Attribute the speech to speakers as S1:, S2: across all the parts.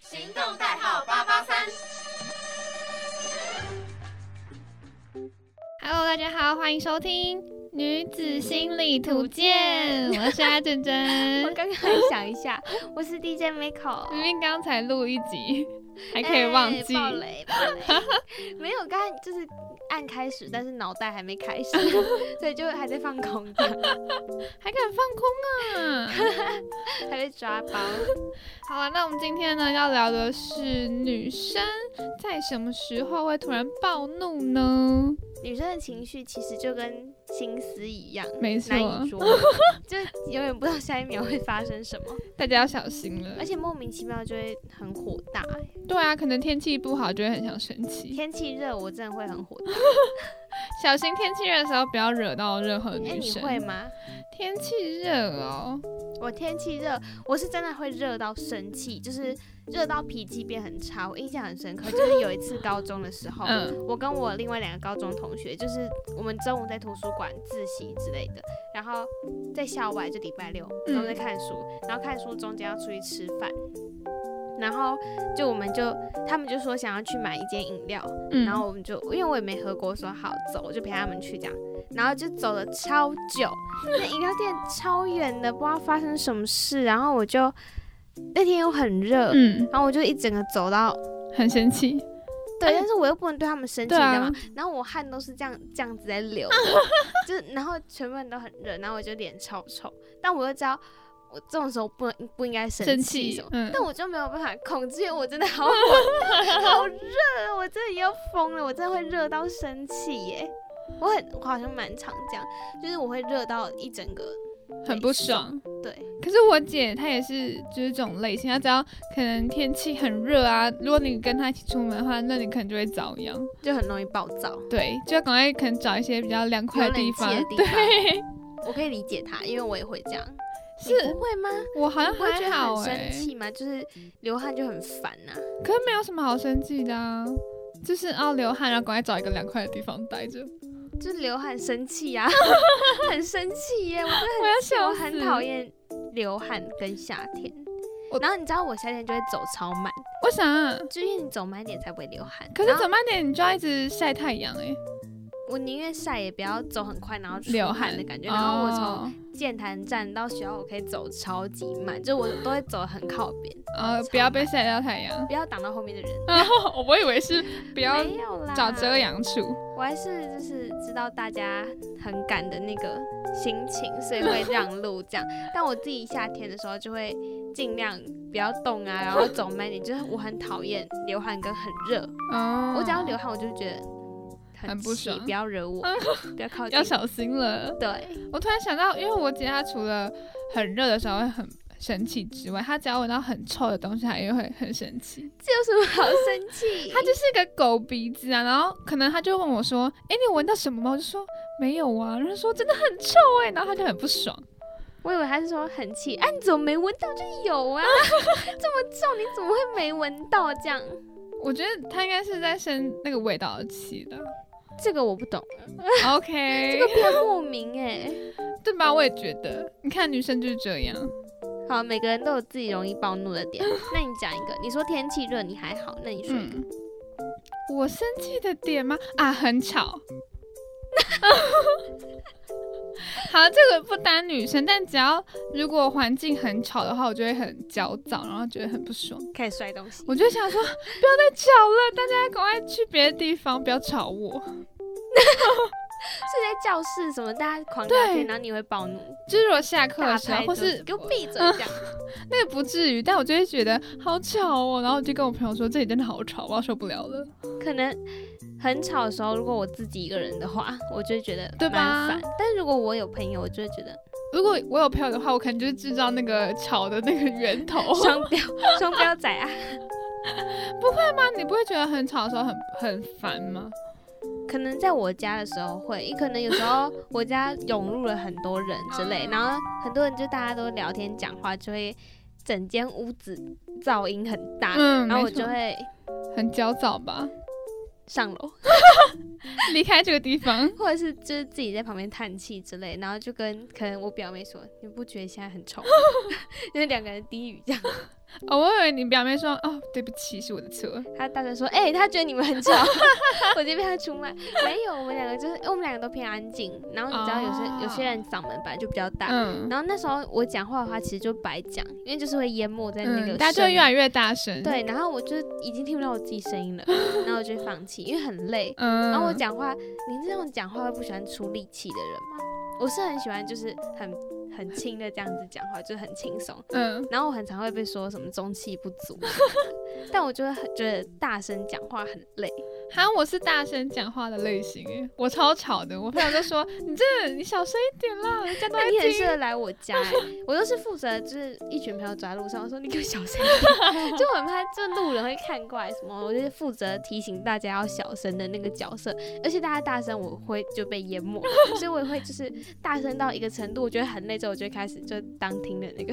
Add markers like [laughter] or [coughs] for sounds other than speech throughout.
S1: 行动代号八八三。
S2: Hello，大家好，欢迎收听《女子心理图鉴》，我是阿珍珍。
S3: [laughs] 我刚刚想一下，我是 DJ Miko，
S2: 明明刚才录一集，还可以忘记。
S3: 哎爆
S2: [laughs]
S3: 雷，爆雷 [laughs] 没有，刚才就是按开
S2: 嗯
S3: 始，但是脑袋还
S2: [laughs]
S3: 没开始，所以就还在放空 [laughs] 的，
S2: 还敢放空啊！
S3: 还被抓包。
S2: 好了，那我们今天呢要聊的是女生在什么时候会突然暴怒呢？
S3: 女生的情绪其实就跟心思一样，
S2: 没错
S3: 难
S2: [laughs]
S3: 以捉摸，就永远不知道下一秒会发生什么，
S2: 大家要小心了
S3: 而。且莫名其妙就会很火大、哎
S2: 对啊，可能天气不好就会很想生气，
S3: 天气热，我真的会很火大。
S2: 小心天气热的时候不要惹到任何
S3: 哎、
S2: 女
S3: 你
S2: 生。
S3: 会吗？
S2: 天气热哦，
S3: 我天气热，我是真的会热到生气，就是热到脾气变很差。我印象很深刻，就是有一次高中的时候，
S2: 嗯
S3: 我跟我另外两个高中同学，就是我们中午在图书馆自习之类的，然后在校外就礼拜六，
S2: 嗯
S3: 然后在看书，然后看书中间要出去吃饭，然后就我们就他们就说想要去买一间饮料，
S2: 嗯，
S3: 然后我们就因为我也没喝过，我说好走，我就陪他们去这样，然后就走了超久，那饮料店超远的，不知道发生什么事，然后我就那天又很热，
S2: 嗯，
S3: 然后我就一整个走到。
S2: 很生气。
S3: 对，但是我又不能对他们生气，
S2: 对
S3: 你知道
S2: 啊
S3: 吗？，然后我汗都是这样这样子在流， [laughs] 就是然后全部人都很热，然后我就脸超臭，但我又知道我这种时候不能不应该生
S2: 生
S3: 气
S2: 气
S3: 什么，，
S2: 嗯，
S3: 哦但我就没有办法控制，因为我真的 [laughs] 好好热，我真的要疯了，我真的会热到生气耶。我很，我好像蛮常这样，就是我会热到一整个，
S2: 很不爽。
S3: 对，
S2: 可是我姐她也是就是这种类型，她只要可能天气很热啊，如果你跟她一起出门的话，那你可能就会遭殃。
S3: 就很容易暴躁，
S2: 对，就要赶快可能找一些比较凉
S3: 有
S2: 快的
S3: 冷
S2: 地
S3: 气
S2: 方。
S3: 的地
S2: 对，
S3: 方。我可以理解他，因为我也会这样。你
S2: 是
S3: 不会吗？
S2: 我好像
S3: 不会觉
S2: 还
S3: 得
S2: 好
S3: 很
S2: 哎、
S3: 生气吗？就是流汗就很烦啊呐、
S2: 可是没有什么好生气的啊，就是啊流汗，然后赶快找一个凉快的地方待着。
S3: 就是流汗生
S2: [laughs]
S3: 气呀、很生气耶！我真的
S2: 我要
S3: 是我
S2: 笑死，
S3: 很讨。厌流汗跟夏天
S2: 我。
S3: 然后你知道我夏天就会走超慢，
S2: 我想、啊，
S3: 就因为你走慢一点才不会流汗。
S2: 可是
S3: 然后
S2: 走慢点，你就要一直晒太阳哎、
S3: 我宁愿晒也不要走很快，然后出
S2: 流
S3: 汗
S2: 汗
S3: 的感觉。然后我从
S2: 哦
S3: 健谈站到学校，我可以走超级慢，就我都会走得很靠边，
S2: 呃不要被晒到太阳。
S3: 不要挡到后面的人。
S2: 然后 [laughs] 我以为 [laughs] 是不要
S3: 没有啦，
S2: 找遮。阳处。
S3: 我还是就是知道大家很赶的那个心情，所以会让路这样。但我自己夏天的时候就会尽量不要动啊，然后走慢一点。就是我很讨厌流汗跟很热，
S2: 哦
S3: 我只要流汗我就觉得很
S2: 很不
S3: 气
S2: 爽
S3: 不要惹我，不要靠近
S2: 要。小心了。
S3: 对，
S2: 我突然想到，因为我姐她除了很热的时候会很生气之外，她只要闻到很臭的东西，她也会很生气。
S3: 这有什么好生
S2: [laughs]
S3: 气？
S2: 她就是个狗鼻子啊，然后可能她就问我说：“诶，你闻到什么吗？”我就说：“没有啊。”然后她说：“真的很臭诶。然后她就很不爽。
S3: 我以为他是说很气，啊，你怎么没闻到就有啊？ [laughs] 这么重你怎么会没闻到？这样
S2: 我觉得她应该是在生那个味道的气
S3: [laughs]
S2: 的。
S3: 这个我不懂，
S2: OK，
S3: 这个比较莫名哎、
S2: 对吧？我也觉得，你看女生就是这样。
S3: 好，每个人都有自己容易暴怒的
S2: [laughs]
S3: 点。那你讲一个，你说天气热你还好，那你说一个，
S2: 嗯，我生气的点吗？啊，很吵。 [laughs] 好，这个不单女生，但只要如果环境很吵的话，我就会很焦躁，然后觉得很不爽。
S3: 开始摔东西。
S2: 我就想说，不要再吵了，大家赶快去别的地方，不要吵我。
S3: 是在教室什么大家狂聊天，
S2: 对
S3: 然后你会暴怒，
S2: 就是如果下课
S3: 大
S2: 的时
S3: 拍
S2: 候，或
S3: 桌子
S2: 是
S3: 给我闭嘴这样。
S2: [laughs] 那个不至于，但我就会觉得好吵哦，然后我就跟我朋友说，这里真的好吵，我要受不了了。
S3: 可能很吵的时候，如果我自己一个人的话，我就会觉得
S2: 对吧
S3: 蛮烦。但如果我有朋友，我就
S2: [laughs]
S3: 会觉得
S2: 如果我有朋友的话，我可能就是制造那个吵的那个源头。
S3: 双标双标仔啊。
S2: 那你不会觉得很吵的时候很很烦吗？
S3: 可能在我家的时候会，可能有时候我家涌入了很多人之类，
S2: 嗯
S3: 然后很多人就大家都聊天讲话，就会整间屋子噪音很大，
S2: 嗯
S3: 啊然后我
S2: 没错
S3: 就会
S2: 很焦躁吧？ [laughs]
S3: 上楼，
S2: 离开这个地方，
S3: 或者是就是自己在旁边叹气之类， [laughs] 然后就跟可能我表妹说，你不觉得现在很丑吗？就是两个人低语这样，
S2: 哦，我以为你表妹说哦，对不起，是我的错。
S3: 他大声说：“哎、他觉得你们很吵。” [laughs] 我就被他出卖。没有，我们两个就是我们两个都偏安静。然后你知道，有些、有些人嗓门本来就比较大。
S2: 哦嗯，
S3: 然后那时候我讲话的话，其实就白讲，因为就是会淹没在那个、
S2: 嗯，大家就越来越大声。，
S3: 对。然后我就已经听不到我自己声音了，然后我就放弃，因为很累。
S2: 嗯，
S3: 然后我讲话，你这种讲话会不喜欢出力气的人吗？我是很喜欢，就是很很轻的这样子讲话，就是很轻松。
S2: 嗯，
S3: 然后我很常会被说什么中气不足啊什么的， [laughs] 但我就会很觉得大声讲话很累。
S2: 好像我是大声讲话的类型诶，我超吵的。我朋友都说 [laughs] 你这你小声一点啦，人家都
S3: 那
S2: 在
S3: 你很
S2: 听。
S3: 适合来我家、欸，我都是负责就是一群朋友走在路上，我说你给我小声一点，就我很怕就路人会看过来什么，我就是负责提醒大家要小声的那个角色，而且大家大声我会就被淹没，所以我也会就是大声到一个程度，我觉得很累之后，我就会开始就当听的那个，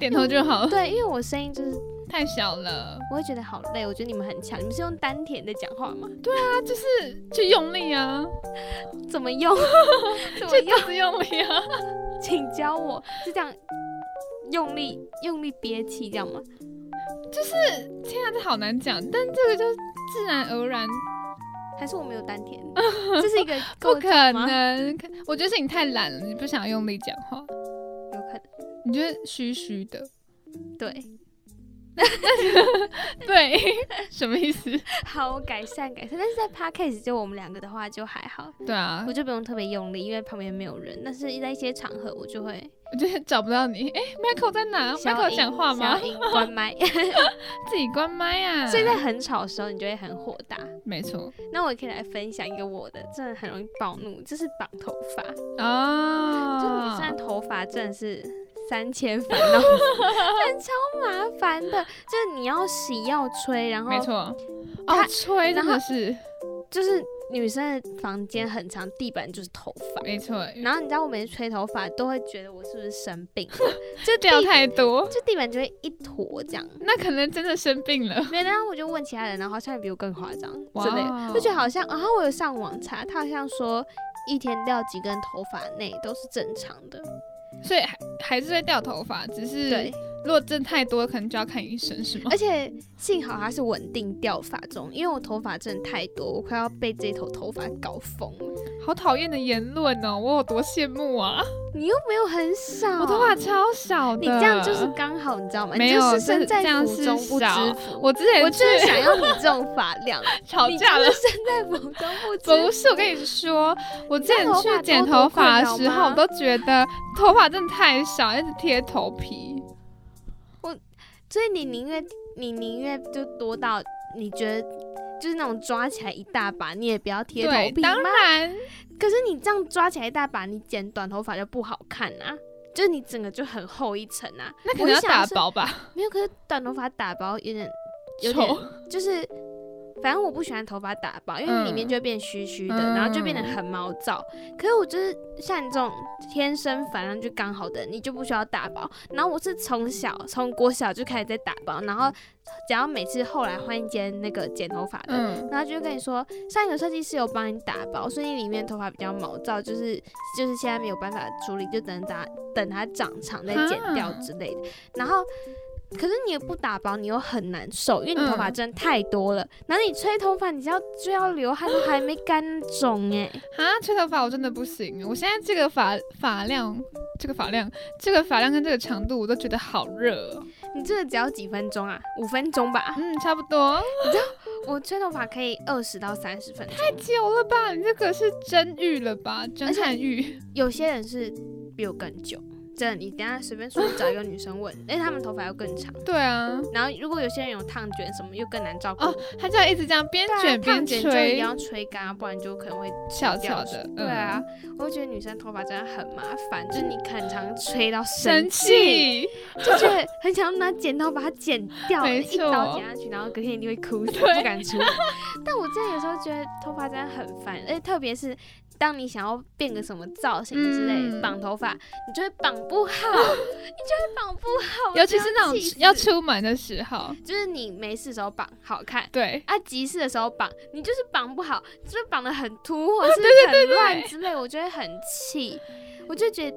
S2: 点头就好，
S3: 对，因为我声音就是
S2: 太小了。
S3: 我会觉得好累，我觉得你们很强，你们是用丹田在讲话吗？
S2: 他啊就是去用力啊，
S3: 怎么用？ [laughs] 怎么
S2: 就
S3: 用？ [laughs]
S2: 就是用力啊。 [laughs]
S3: 请教我，是这样用力用力憋气这样吗？
S2: 天啊，这好难讲，但这个就自然而然，
S3: 还是我没有丹
S2: [laughs]
S3: 田？这是一个
S2: 不
S3: 构
S2: 可
S3: 造
S2: [laughs]
S3: 吗，
S2: 能。可我觉得是你太懒了，你不想用力讲话， [laughs]
S3: 有可能
S2: 你觉得虚虚的。
S3: 对。
S2: [laughs] 对， [laughs] 什么意思？
S3: 好，我改善改善。但是在 podcast 就我们两个的话就还好，
S2: 对啊
S3: 我，就不用特别用力，因为旁边没有人。但是在一些场合，我就会
S2: 我觉得找不到你。哎、m i c h a e l 在哪
S3: 小
S2: ？Michael
S3: 音
S2: 讲话吗
S3: 小？音
S2: [laughs]
S3: 关麦，
S2: 自己关麦啊。
S3: 所以在很吵的时候，你就会很火大。
S2: 没错
S3: 那我也可以来分享一个我的，真的很容易暴怒，就是绑头发。
S2: 哦，
S3: 就女生头发真的是三千烦恼， [laughs] 真的超麻烦的。就是你要洗要吹，然后
S2: 没错。哦
S3: 她，
S2: 吹真
S3: 然后
S2: 的是
S3: 就是女生的房间很长，地板就是头发。
S2: 没错，
S3: 然后你知道我每次吹头发都会觉得我是不是生病 [laughs] 了，
S2: 就
S3: 啊
S2: 掉太多，
S3: 就地板就会一坨这样。
S2: 那可能真的生病了。
S3: 没有，然后我就问其他人，然后好像也比我更夸张
S2: 哇哦
S3: 之类的，就觉得好像。然后我有上网查，他好像说一天掉几根头发内都是正常的。
S2: 所以还还是会掉头发，只是
S3: [laughs] 对，
S2: 如果真的太多，可能就要看医生，是吗
S3: 而？且幸好它是稳定掉发中，因为我头发真的太多，我快要被这头头发搞疯了。
S2: 好讨厌的言论哦，我有多羡慕啊！
S3: 你又没有很少，
S2: 我头发超少的，
S3: 你这样就是刚好，你知道吗？
S2: 没有
S3: 你就是
S2: 这
S3: 身在
S2: 这样
S3: 福
S2: 是
S3: 中不知
S2: 少
S3: 福。
S2: 我之前
S3: 我就是
S2: 去
S3: 想要你这种发
S2: [laughs]
S3: 量，
S2: 吵架了
S3: 你就。是身在福中不
S2: [laughs]
S3: 知
S2: 不
S3: 福。
S2: 是，我跟你说，我之前
S3: 你知道
S2: 去剪头发的时候，我
S3: 头发多多困扰吗
S2: 都觉得头发真的太少，一直贴头皮。
S3: 所以你宁愿你宁愿就多到你觉得。就是那种抓起来一大把，你也不要贴头
S2: 对，
S3: 皮
S2: 当
S3: 吗
S2: 然，
S3: 可是你这样抓起来一大把，你剪短头发就不好看啊，就是你整个就很厚一层啊。
S2: 那可
S3: 我
S2: 能
S3: 就
S2: 要
S3: 想
S2: 打
S3: 说
S2: 薄吧，
S3: 没有，可是短头发打薄有点有点
S2: 丑。
S3: 就是，反正我不喜欢头发打薄，因为里面
S2: 嗯
S3: 就会变虚虚的，
S2: 嗯
S3: 然后就变得很毛躁。可是我就是像你这种天生反正就刚好的，你就不需要打薄。然后我是从小从国小就开始在打薄，然后只要每次后来换一间那个剪头发的，
S2: 嗯，
S3: 然后就会跟你说，上一个设计师有帮你打包，所以你里面头发比较毛躁，就是就是现在没有办法处理，就等它等它长长再剪掉之类的。然后，可是你也不打包，你又很难受，因为你头发
S2: 嗯
S3: 真的太多了。然后你吹头发，你是要就要流汗，都还没干那种哎、
S2: 啊，吹头发我真的不行，我现在这个发发量，这个发量，这个发量跟这个长度，我都觉得好热哦。
S3: 你这个只要几分钟啊？五分钟吧。
S2: 嗯，差不多，
S3: 我吹头发可以二十到三十分钟，
S2: 久了吧？你这个是真玉了吧？真
S3: 而且
S2: 汉玉，
S3: 有些人是比我更久。真的，你等一下随便说找一个女生问，而且她们头发又更长。
S2: 对啊，
S3: 然后如果有些人有烫卷什么，又更难照顾。
S2: 哦，他就要一直这样边
S3: 对啊
S2: 卷边
S3: 烫卷就一定
S2: 吹，
S3: 要吹干，不然就可能会
S2: 悄
S3: 掉
S2: 悄
S3: 水
S2: 的，
S3: 对啊
S2: 嗯，，
S3: 我觉得女生头发真的很麻烦，就是你很常吹到
S2: 生
S3: 气，
S2: 气，
S3: 就觉得很想拿剪刀把它剪掉，欸
S2: 没
S3: 一刀
S2: 错
S3: 剪下去，然后隔天一定会哭死，
S2: [laughs] 对
S3: 不敢出门。但我真的有时候觉得头发真的很烦，而且特别是当你想要变个什么造型之类的，
S2: 嗯
S3: 绑头发，你就会绑不好，你就会绑不好，我
S2: 尤其是
S3: 真的
S2: 那种
S3: 气死
S2: 要出门的时候，
S3: 就是你没事的时候绑好看。
S2: 对，
S3: 啊，急事的时候绑，你就是绑不好，
S2: 啊
S3: 就是绑得很突，或者是很乱之类，我就会很气，我就觉得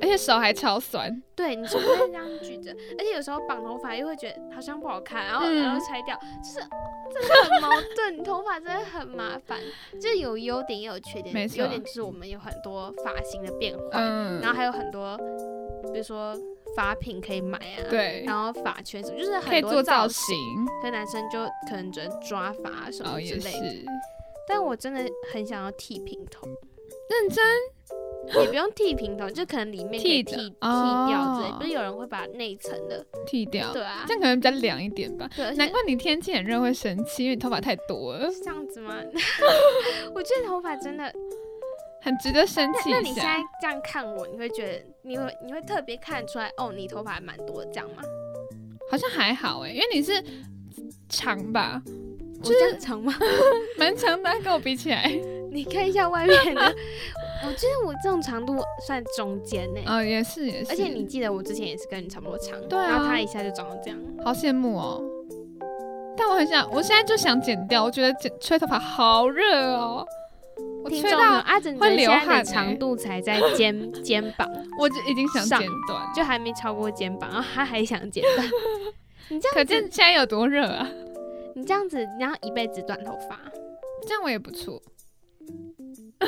S2: 而且手还超酸，
S3: 对你除非这样举着，而且有时候绑头发又会觉得好像不好看，然后、然后
S2: 嗯
S3: 拆掉，就是真的很矛盾。你头发真的很麻烦，就是有优点也有缺点。
S2: 没错
S3: 优点就是我们有很多发型的变化，
S2: 嗯，
S3: 然后还有很多，比如说发品可以买啊，，
S2: 对，
S3: 然后发圈什么，就是
S2: 可以
S3: 很多
S2: 做造
S3: 型。
S2: 型，
S3: 可男生就可能只能抓发什
S2: 然
S3: 么
S2: 后哦
S3: 之
S2: 也
S3: 类的。
S2: 是
S3: 但我真的很想要剃平头，
S2: 认真
S3: 也不用剃平头，就可能里面可
S2: 剃
S3: 以剃
S2: 的
S3: 剃掉之类。
S2: 哦
S3: 不是有人会把内层的，
S2: 剃掉，
S3: 对啊
S2: 这，样可能比较凉一点吧。
S3: 对，而且
S2: 难怪你天气很热会生气，因为你头发太多了，
S3: 是这样子吗？ [laughs] 我觉得头发真的，
S2: 很值得生
S3: 那
S2: 气
S3: 那
S2: 一
S3: 你现在
S2: 下。
S3: 这样看我，你会觉得你会你会特别看得出来哦，你头发还蛮多这样吗？
S2: 好像还好哎、因为你是长吧，
S3: 我这样长吗？ [laughs]
S2: 蛮长的啊，跟我比起来，
S3: 你看一下外面的， [laughs] 我觉得我这种长度算中间呢、
S2: 哦，也是也是，
S3: 而且你记得我之前也是跟你差不多长，
S2: 对啊
S3: 然后他一下就长到这样。
S2: 好羡慕哦。但我很想，我现在就想剪掉，我觉得剪吹头发好热哦，我
S3: 听
S2: 吹
S3: 众啊们，
S2: 到
S3: 阿整
S2: 会
S3: 整
S2: 流
S3: 现在
S2: 汗
S3: 的
S2: 欸
S3: 长度才在肩肩膀，
S2: 我就已经想
S3: 上
S2: 剪短，
S3: 就还没超过肩膀，然后他还想
S2: [laughs]
S3: 剪短。你这
S2: 可
S3: 样 [laughs]
S2: 见
S3: 子，
S2: 现在有多热啊！
S3: 你这样子，你要一辈子短头发，
S2: 这样我也不错。 [laughs]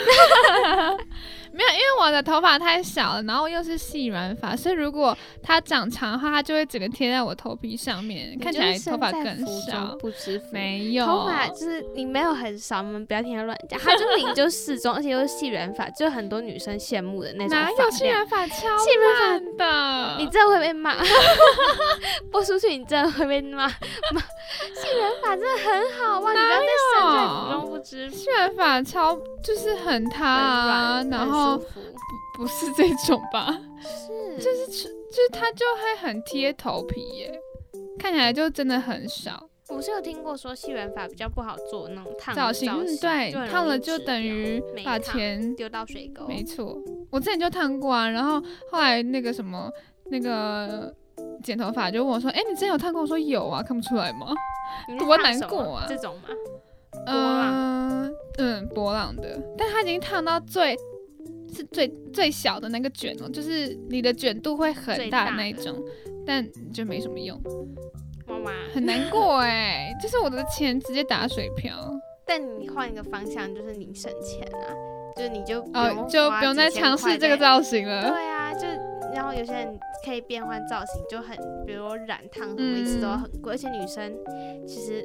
S2: 没有，因为我的头发太小了，然后又是细软发，所以如果它长长的话，它就会整个贴在我头皮上面，看起来
S3: 你就是
S2: 头发
S3: 身在
S2: 更
S3: 福中
S2: 少。
S3: 不知福。
S2: 没有，
S3: 头发就是你没有很少，我们不要听他乱讲，他就明明就适中，而且又是细软发，就很多女生羡慕的那种
S2: 哪
S3: 发
S2: 有细
S3: 量。
S2: 软发超
S3: 细软发
S2: 烂的？
S3: 你真的会被骂， [laughs] 播出去你真的会被骂。骂细软发真的很好哇，你不要再身在福中不知福，
S2: 细软发超就是很塌、啊，
S3: 很软
S2: 然
S3: 很
S2: 后
S3: 舒服
S2: 不是这种吧？ [laughs]
S3: 是
S2: 就是就是它就会很贴头皮耶，看起来就真的很少。
S3: 我是有听过说细软发比较不好做那种烫的
S2: 造型，嗯，对
S3: 就很，容易
S2: 烫了就
S3: 吃
S2: 等于
S3: 掉没
S2: 把
S3: 烫哦
S2: 钱，
S3: 丢到水沟。
S2: 没错，我之前就烫过啊，然后后来那个什么那个剪头发就问我说，哎、你之前有烫过？我说有啊，看不出来吗？
S3: 你是
S2: 多
S3: 烫
S2: 难
S3: 什么
S2: 过啊
S3: 这种吗？
S2: 嗯、嗯，波浪的，但它已经烫到最是最最小的那个卷哦，就是你的卷度会很
S3: 最
S2: 大
S3: 大
S2: 那一
S3: 的
S2: 种，但就没什么用，
S3: 妈妈，
S2: 很难
S3: [laughs]
S2: 过哎、就是我的钱直接打水漂，
S3: 但你换一个方向，就是你省钱啊，就是你就不
S2: 哦
S3: 用，
S2: 就
S3: 花
S2: 不用
S3: 几
S2: 再
S3: 千
S2: 尝试
S3: 块
S2: 这个
S3: 在。
S2: 造型了。
S3: 对啊，就然后有些人可以变换造型，就很比如说染烫啊什么，一次都
S2: 嗯
S3: 很贵，而且女生其实。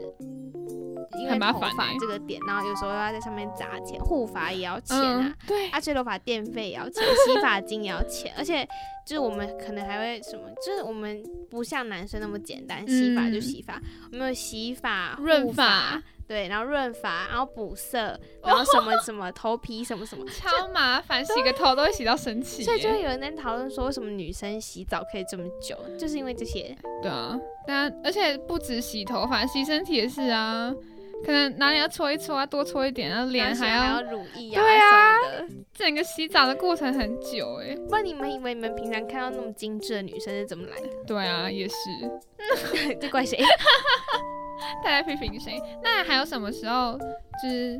S3: 因为
S2: 很麻
S3: 头
S2: 烦
S3: 发
S2: 欸
S3: 这个点，然后有时候又要在上面砸钱，护发也要钱啊，
S2: 嗯，对，
S3: 啊，吹头发电费也要钱，洗发精也要钱，而且就是我们可能还会什么，就是我们不像男生那么简单，洗发就
S2: 嗯
S3: 洗发，我们有洗发、
S2: 润
S3: 护
S2: 发，
S3: 对，然后润发，然后补色，然后什么什么头皮什么什么，
S2: 哦超欸麻烦，洗个头都会洗到生气耶。
S3: 啊所以就会有人在讨论说，为什么女生洗澡可以这么久，就是因为这些。
S2: 对啊，但而且不止洗头发，洗身体也是啊，可能哪里要搓一搓啊，多搓一点，然后脸
S3: 然后洗
S2: 还
S3: 完还
S2: 要
S3: 要乳液
S2: 对
S3: 啊
S2: 啊
S3: 什么的，
S2: 整个洗澡的过程很久哎、
S3: 不然你们以为你们平常看到那么精致的女 [laughs] 生是怎么来
S2: 对啊，也是。
S3: 的？这怪谁？
S2: 大家批评谁？那还有什么时候就是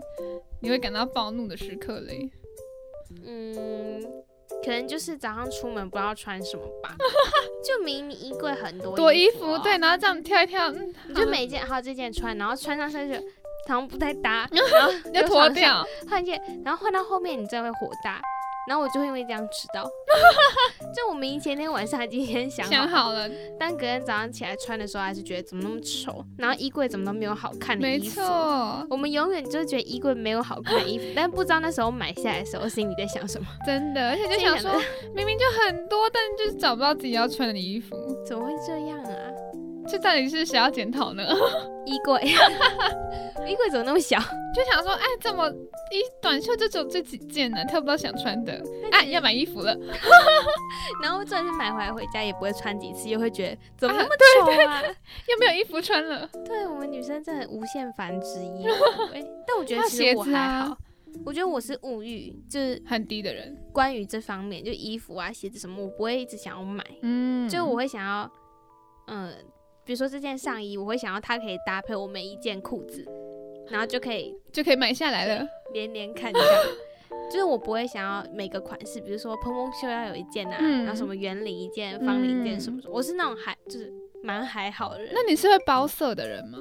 S2: 你会感到暴怒的时刻嘞？
S3: 嗯，可能就是早上出门不知道穿什么
S2: [laughs]
S3: 吧，就明明衣柜很多
S2: 躲
S3: 衣
S2: 衣
S3: 服
S2: 服啊
S3: 哦，
S2: 对，，然后这样跳一跳，嗯，
S3: 你
S2: 好
S3: 就
S2: 了
S3: 每件还有这件穿，然后穿上身就好像不太搭，
S2: 嗯
S3: 然后
S2: 要
S3: 就
S2: 脱
S3: 想
S2: 掉，
S3: 换一件，然后换到后面你真的会火大，然后我就会因为这样迟
S2: [laughs]
S3: 到，就我明明前天晚上今天想好，
S2: 想好了，
S3: 但隔天早上起来穿的时候还是觉得怎么那么丑，然后衣柜怎么都没有好看的
S2: 没
S3: 衣服。
S2: 错，
S3: 我们永远就觉得衣柜没有好看的衣服，但不知道那时候买下来的时候心里在想什么，
S2: 真的，而且就
S3: 心里
S2: 想说
S3: 的，
S2: [laughs] 明明就很多，但就是找不到自己要穿的衣服。
S3: 怎么会这样啊？
S2: 这到底是谁要检讨呢？ [laughs]
S3: 衣柜，衣柜怎么那么小？
S2: 就想说，哎，怎么一短袖就只有这几件呢、挑不到想穿的，哎，要买衣服了。
S3: 啊然后就算是买回来回家也不会穿几次，又会觉得怎么那
S2: 啊
S3: 么丑啊？
S2: 又没有衣服穿了，
S3: [laughs] 对我们女生真的很无限繁殖一
S2: [laughs]
S3: 但我觉
S2: 还有
S3: 得其实我
S2: 鞋子
S3: 还
S2: 啊
S3: 好，我觉得我是物欲，就是
S2: 很低的人，
S3: 关于这方面，就衣服啊、鞋子什么，我不会一直想要买，
S2: 嗯
S3: 就我会想要，嗯、比如说这件上衣，我会想要它可以搭配我每一件裤子，然后就可以
S2: 就可以买下来了。
S3: 连连看这样。 [laughs] 就是我不会想要每个款式，比如说蓬蓬袖要有一件啊，
S2: 嗯
S3: 然后什么圆领一件、方领一件
S2: 嗯
S3: 什么什么，我是那种还就是蛮还好的人，
S2: 那你是会包色的人吗？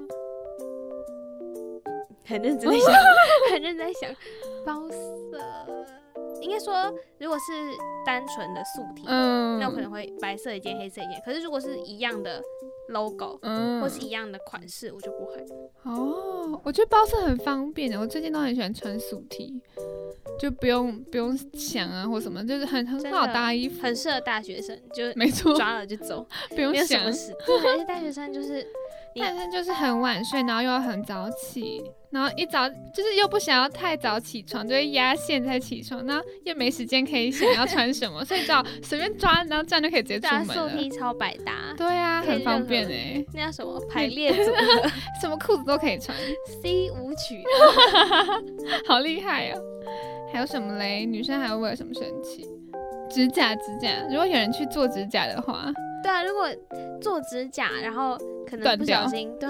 S3: [laughs] 很认真在想， [laughs] 很认真在想包色。应该说，如果是单纯的素体，
S2: 嗯，
S3: 那我可能会白色一件，黑色一件。可是如果是一样的 logo、
S2: 嗯
S3: 或是一样的款式，我就不会。
S2: 哦，我觉得包色很方便的，欸我最近都很喜欢穿素 T，就不用不用想啊或什么，就是很很
S3: 真
S2: 好
S3: 的
S2: 搭衣服，
S3: 很适合大学生，就是
S2: 没错，
S3: 抓了就走，
S2: 不用
S3: 没有什
S2: 想啊
S3: 么。 [laughs] 事。对，而且大学生就是你
S2: 但是就是很晚睡，然后又要很早起，然后一早就是又不想要太早起床，就会压线再起床，然后又没时间可以想要穿什么，所以只好随便抓，然后这样就可以直接出
S3: 大家
S2: 门
S3: 速
S2: 了。
S3: 梯啊超百搭，
S2: 对啊，
S3: 可以
S2: 很方
S3: 任何
S2: 便哎、
S3: 那叫什么排列
S2: [laughs]
S3: 组合
S2: 什么裤子都可以穿，
S3: C 舞曲， [laughs]
S2: 好厉害哦！还有什么嘞？女生还会为了什么生气？指甲，指甲，如果有人去做指甲的话，
S3: 对啊，如果做指甲，然后可能
S2: 断
S3: 不
S2: 掉
S3: 小心，对，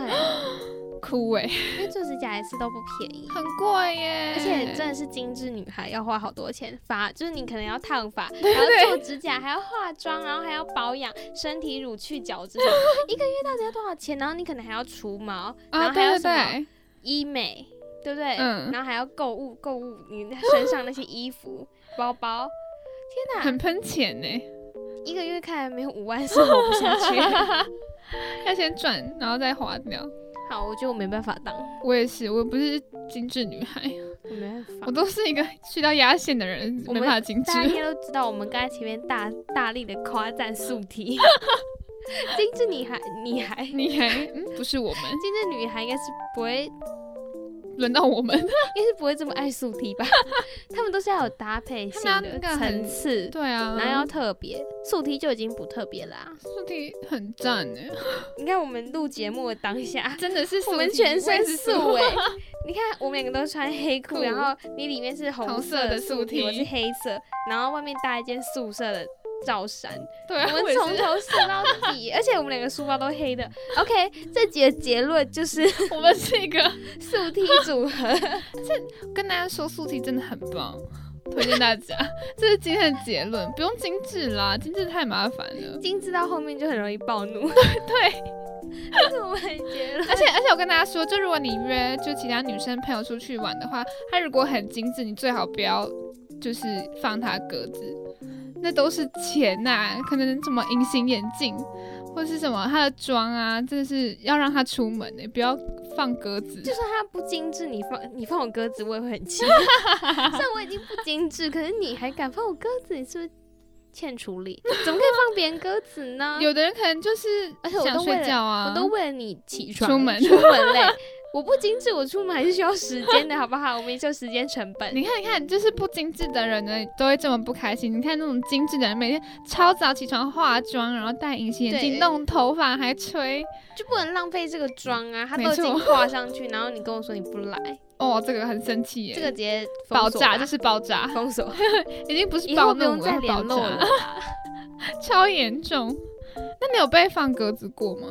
S2: 哭哎、
S3: 因为做指甲一次都不便
S2: [laughs]
S3: 宜，
S2: 很贵耶，
S3: 而且真的是精致女孩要花好多钱，发就是你可能要
S2: [laughs]
S3: 烫发，然后做指甲，还要化妆，然后还要保养，身体乳去角质
S2: [laughs]
S3: 什么，一个月到底要多少钱？然后你可能还要除毛，
S2: 啊，
S3: 然后还
S2: 对
S3: 有
S2: 对
S3: 什么
S2: 对，
S3: 医美，对不对？
S2: 嗯
S3: 然后还要购物，购物你身上那些衣服、包包，天哪，
S2: 很喷钱欸呢、
S3: 一个月看来没有五万是活不下去。
S2: 要先转，然后再划掉。
S3: 好，我觉得我没办法当，
S2: 我也是，我不是精致女孩，
S3: 我没办法
S2: 我。都是一个去到压线的人，
S3: 我
S2: 没
S3: 们
S2: 办法精致
S3: 大家。应该都知道，我们刚才前面大大力的夸赞素 [laughs] 体，精致女孩，女孩，
S2: [laughs]
S3: 精
S2: 你还嗯，不是我们，
S3: 致女孩应该是不会，应
S2: 轮到我们。
S3: [laughs] 该是不会这么爱素 [laughs] 体吧？他们都是要有搭配性
S2: 他们要那个
S3: 的
S2: 很
S3: 层次，
S2: 对啊，
S3: 然后要特别，素体就已经不特别啦、
S2: 素体很赞哎，
S3: 你看我们录节目的当下，
S2: 真的是
S3: 我们全身素
S2: [laughs]
S3: 哎、你看我们两个都穿黑裤，
S2: 裤
S3: 然后你里面是红
S2: 红色的素
S3: 素体，我
S2: 体
S3: 是黑色，然后外面搭一件素色的
S2: [laughs]
S3: 罩衫，
S2: 对
S3: 我
S2: 啊，
S3: 们
S2: 也
S3: 从 [laughs]
S2: 是，
S3: 头素到底，而且我们两个书包都黑的。OK，这集的结论就是 [laughs]
S2: 我们是一个
S3: 素体组合，
S2: 跟大家说素体真的很棒，推荐大家。 [laughs] 这是今天的结论，不用精致啦，精致太麻烦
S3: [laughs]
S2: 了。
S3: 精致到后面就很容易暴怒。
S2: [laughs] 对，
S3: 这是我们的结论。
S2: 而且而且我跟大家说，就如果你约就其他女生朋友出去玩的话，她如果很精致，你最好不要就是放她鸽子，那都是钱呐、可能什么隐形眼镜或是什么她的妆啊，真的是要让她出门的、不要放鸽子。
S3: 就算它不精致，你放你放我鸽子，我也会很气。 [laughs] 虽然我已经不精致，可是你还敢放我鸽子，你是不是欠处理？怎么可以放别人鸽子呢？
S2: 有的人可能就是
S3: 而且我
S2: 想
S3: 都为
S2: 睡
S3: 了
S2: 觉啊，
S3: 我都为了你起床
S2: 出门
S3: 出
S2: [laughs]
S3: 门嘞。我不精致，我出门还是需要时间的，好不好？我们也是有时间成本。
S2: 你看，你看，就是不精致的人呢，都会这么不开心。你看那种精致的人，每天超早起床化妆，然后戴隐形眼镜，
S3: 对
S2: 弄头发，还吹。
S3: 就不能浪费这个妆啊！它
S2: 没
S3: 都已
S2: 错
S3: 经画上去，然后你跟我说你不来，
S2: 哦，这个很生气耶，
S3: 这个直接封
S2: 爆
S3: 锁
S2: 炸，
S3: 吧
S2: 这是爆炸，
S3: 封锁，
S2: 已经不是
S3: 以
S2: 暴
S3: 后不
S2: 怒
S3: 用
S2: 了，
S3: 再
S2: 是爆
S3: 联络
S2: 炸
S3: 了啦
S2: 了，。 [laughs] 超严重。那你有被放鸽子过吗？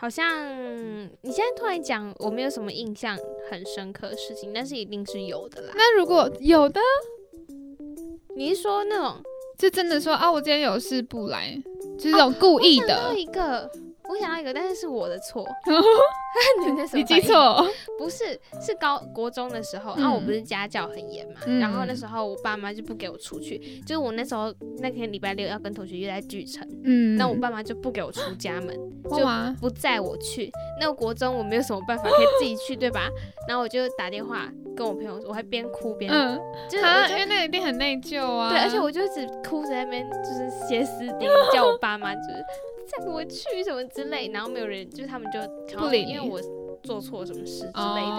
S3: 好像你现在突然讲，我没有什么印象很深刻的事情，但是一定是有的啦。
S2: 那如果有的，
S3: 你是说那种
S2: 就真的说啊，我今天有事不来，就是这种故意
S3: 我想
S2: 的 [laughs]
S3: 到，一个，我想到一个，但是是我的错。 [laughs] 你那什么
S2: 你记
S3: 反应
S2: 错？嗯哦，
S3: 不是，是高国中的时候，然、后、我不是家教很严嘛，
S2: 嗯
S3: [laughs] 然后那时候我爸妈就不给我出去，就是我那时候那天礼拜六要跟同学约在巨城，
S2: 嗯，
S3: 那我爸妈就不给我出家门。就
S2: 哇，
S3: 不载我去。那国中我没有什么办法可以自己去，对吧？然后我就打电话跟我朋友，我还边哭边，
S2: 嗯，
S3: 就是我
S2: 啊，
S3: 就
S2: 因为那一定很内疚啊，
S3: 对，而且我就一直哭着在那边，就是歇斯底里叫我爸妈就是载我去什么之类，然后没有人，就是他们就想
S2: 不
S3: 要
S2: 理
S3: 因为
S2: 你
S3: 我做错什么事之类的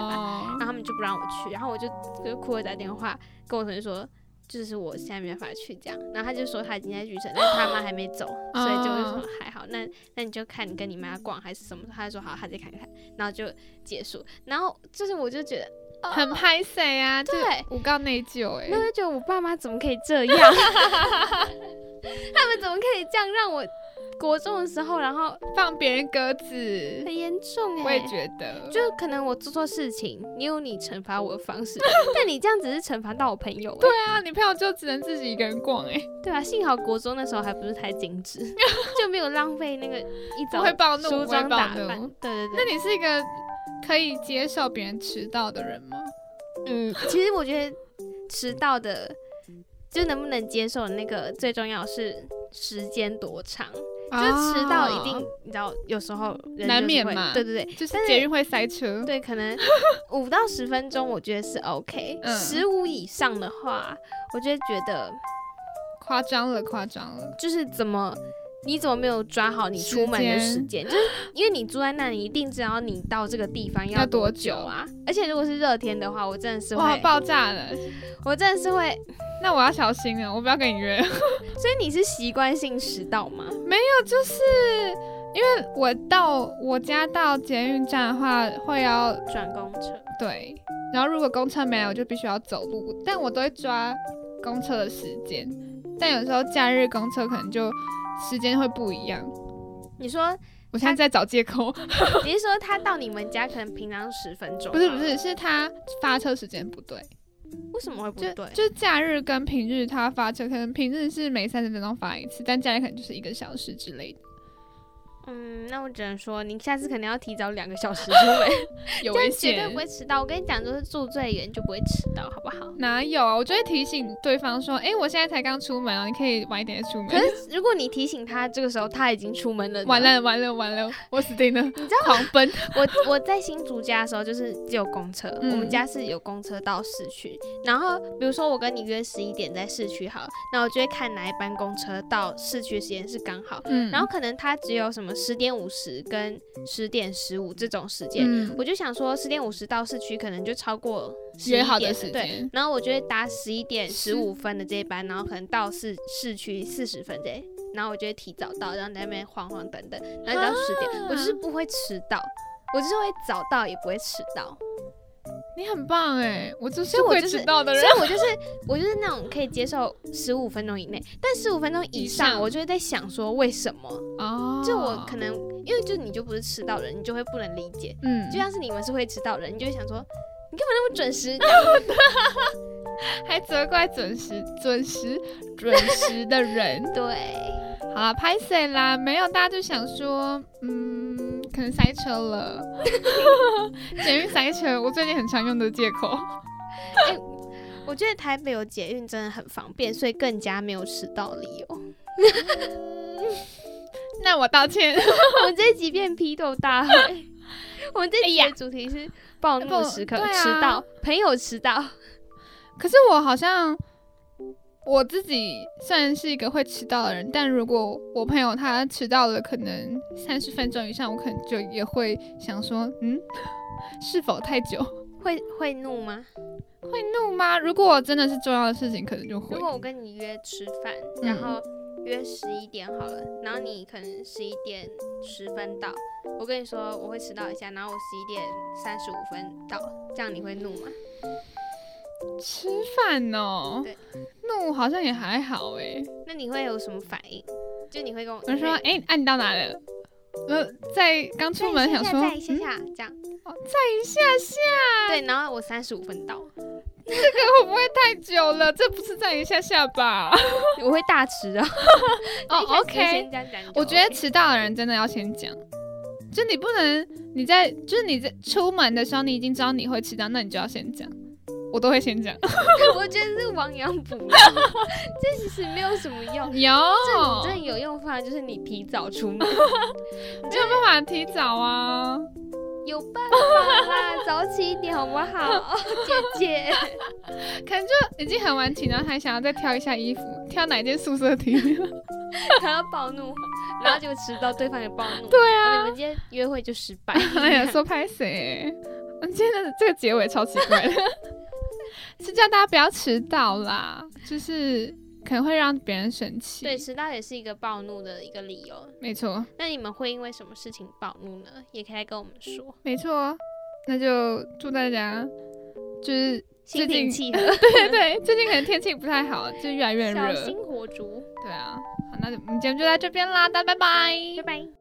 S3: 吧，
S2: 哦
S3: 然后他们就不让我去，然后我就就哭着打电话跟我同学说。就是我现在没办法去这样，然后他就说他已经在巨城，但是他妈还
S2: [gasps]
S3: 没走，所以就会说
S2: 哦
S3: 还好，那那你就看你跟你妈逛还是什么，他就说好，他再看看，然后就结束。然后就是我就觉得，哦
S2: 很拍谁啊？就
S3: 对
S2: 我告内疚哎、
S3: 那我就 [laughs] 觉得我爸妈怎么可以这样？他们怎么可以这样让我国中的时候，然后
S2: 放别人鸽子，
S3: 很严重哎、
S2: 我也觉得，
S3: 就可能我做错事情，你有你惩罚我的方
S2: [laughs]
S3: 式，但你这样只是惩罚到我朋友、欸。
S2: 对啊，你朋友就只能自己一个人逛 [laughs] 哎、
S3: 对啊，幸好国中那时候还不是太精
S2: [laughs]
S3: 致，就没有浪费那个一
S2: 不
S3: 早
S2: 会暴怒，
S3: 梳
S2: 不会
S3: 妆
S2: 暴
S3: 打扮
S2: 怒。。
S3: 对对
S2: 那
S3: 对，
S2: 你是一个可以接受别人迟到的人吗？
S3: 嗯，其实我觉得迟到的，就能不能接受的那个最重要是时间多长，就是迟到一定，你知道，有时候人就是
S2: 啊难免
S3: 会
S2: 嘛
S3: 对对对。
S2: 就是
S3: 但是
S2: 捷运会塞车，
S3: 对，可
S2: [laughs]
S3: 能五到十分钟，我觉得是 OK。
S2: 嗯
S3: 十五以上的话，我就会觉得
S2: 夸张了，夸张了。
S3: 就是怎么，你怎么没有抓好你出门的时间？就是因为你住在那里，一定知道你到这个地方
S2: 要多
S3: 多
S2: 久
S3: 啊。而且如果是热天的话，我真的是
S2: 哇，
S3: 会，
S2: 爆炸了！
S3: 我真的是会。
S2: 那我要小心了，我不要跟你 [laughs] 约。
S3: 所以你是习惯性迟到吗？
S2: 就是因为我到我家到捷运站的话，会要
S3: 转公车，
S2: 对，然后如果公车没有，我就必须要走路，但我都会抓公车的时间。但有时候假日公车可能就时间会不一样。
S3: 你说 [coughs]
S2: 我现在在找借
S3: [laughs]
S2: 口，
S3: 你是说他到你们家可能平常十分钟？
S2: 不是不，是，是他发车时间不对，
S3: 为什么会不
S2: 就
S3: 对？
S2: 就假日跟平日他发车，可能平日是每三十分钟发一次，但假日可能就是一个小时之类的，
S3: 嗯，那我只能说，你下次可能要提早两个小时出门，
S2: 有 [laughs]
S3: 这
S2: 危
S3: 样绝对
S2: 险
S3: 不。会迟到。我跟你讲，就是住最远就不会迟到，好不好？
S2: 哪有啊？我就会提醒对方说，诶，我现在才刚出门哦，你可以晚一点出门。
S3: 可是如果你提醒他，这个时候他已经出门了呢，
S2: 完了完了完了，我死定了！你
S3: 知道
S2: 狂奔，
S3: 我我在新竹家的时候，就是只有公车，
S2: 嗯
S3: 我们家是有公车到市区。然后比如说我跟你约十一点在市区好了，那我就会看哪一班公车到市区时间是刚好。
S2: 嗯
S3: 然后可能它只有什么十点五十跟十点十五这种时间，
S2: 嗯，
S3: 我就想说十点五十到市区可能就超过11
S2: 约好的
S3: 点
S2: 时
S3: 对。
S2: 间，
S3: 然后我就会搭十一点
S2: 是
S3: 十五分的这一班，然后可能到市市区四十分这，然后我就会提早到，然后在那边晃晃等等，然后到十点，
S2: 啊
S3: 我就是不会迟到，我就是会早到也不会迟到，
S2: 你很棒哎，我就是
S3: 所以我
S2: 会
S3: 就是
S2: 迟到的
S3: 所
S2: 人，
S3: 以我就是我就是那种可以接受十五分钟以内，但十五分钟以
S2: 以
S3: 上
S2: 上
S3: 我就会在想说为什么，
S2: 哦，
S3: 就我可能因为就你就不是迟到人，你就会不能理解，
S2: 嗯，
S3: 就像是你们是会迟到人，你就会想说。你干嘛那么准时？ [laughs]
S2: 还责怪准时、准时、准时的人。
S3: 对，
S2: 好啦，拍谁啦？没有，大家就想说，嗯，可能塞车了， [laughs] 捷运塞车，我最近很常用的借口。
S3: 我觉得台北有捷运真的很方便，所以更加没有迟到
S2: [laughs]
S3: 理由。嗯
S2: 那我道歉，
S3: 我们这一集变批斗大会，我们这一集的主题是暴怒时刻、
S2: 哎呀
S3: 迟到，朋友迟到。
S2: 可是我好像我自己虽然是一个会迟到的人，但如果我朋友他迟到了可能三十分钟以上，我可能就也会想说，嗯， [laughs] 是否太久？ [laughs]
S3: 会会怒吗？
S2: 会怒吗？如果我真的是重要的事情，可能就会
S3: 如。果我跟你约吃饭，
S2: 嗯
S3: 然后约十一点好了，然后你可能十一点十分到，我跟你说我会迟到一下，然后我十一点三十五分到，这样你会怒吗？
S2: 吃饭哦
S3: 对，
S2: 怒好像也还好诶。
S3: 那你会有什么反应？就你会跟我
S2: 我就说，诶，啊，你到哪了？呃，在刚出门想说，
S3: 再一下
S2: 嗯
S3: 下这样。
S2: 哦再一下下，
S3: 对，然后我三十五
S2: [laughs]
S3: 分到，
S2: 这个会不会太久了？这不是再一下下
S3: [laughs]
S2: 吧？
S3: 我会大迟啊。
S2: 哦
S3: 一开始就
S2: ，OK，
S3: [laughs] 先这样讲就
S2: 我觉得
S3: OK
S2: 迟到的人真的要先讲，就你不能你在就是你在出门的时候，你已经知道你会迟到，那你就要先讲。我都会先讲，
S3: [laughs] 哦我觉得是亡羊
S2: [laughs]
S3: 补牢，这其实没有什么用。
S2: 有
S3: 这真的有用法就是你提早出门，
S2: 没有办法提早啊？
S3: 有办法啦， [laughs] 早起一点好不好， [laughs] 姐姐？
S2: 可能就已经很晚起，然后还想要再挑一下衣服，挑哪件宿舍题？
S3: 然后暴怒，然后就迟到，对方也暴怒，
S2: [laughs] 对
S3: 你
S2: 啊，
S3: 们今天约会就失
S2: [laughs]
S3: 败。
S2: 哎呀，说拍谁？ [laughs] 嗯，今天的这个结尾超奇怪的， [laughs] 是叫大家不要迟到啦，就是可能会让别人生气。
S3: 对，，迟到也是一个暴怒的一个理由。
S2: 没错。
S3: 那你们会因为什么事情暴怒呢？也可以来跟我们说，
S2: 没错，那就祝大家
S3: [laughs]
S2: 就是最近
S3: 心平气和，
S2: 对对对，最近可能天气不太好，就越来越
S3: 小
S2: 热
S3: 心，火烛。
S2: 对啊，好那就我们今天就到这边啦，大家拜拜。
S3: 拜拜。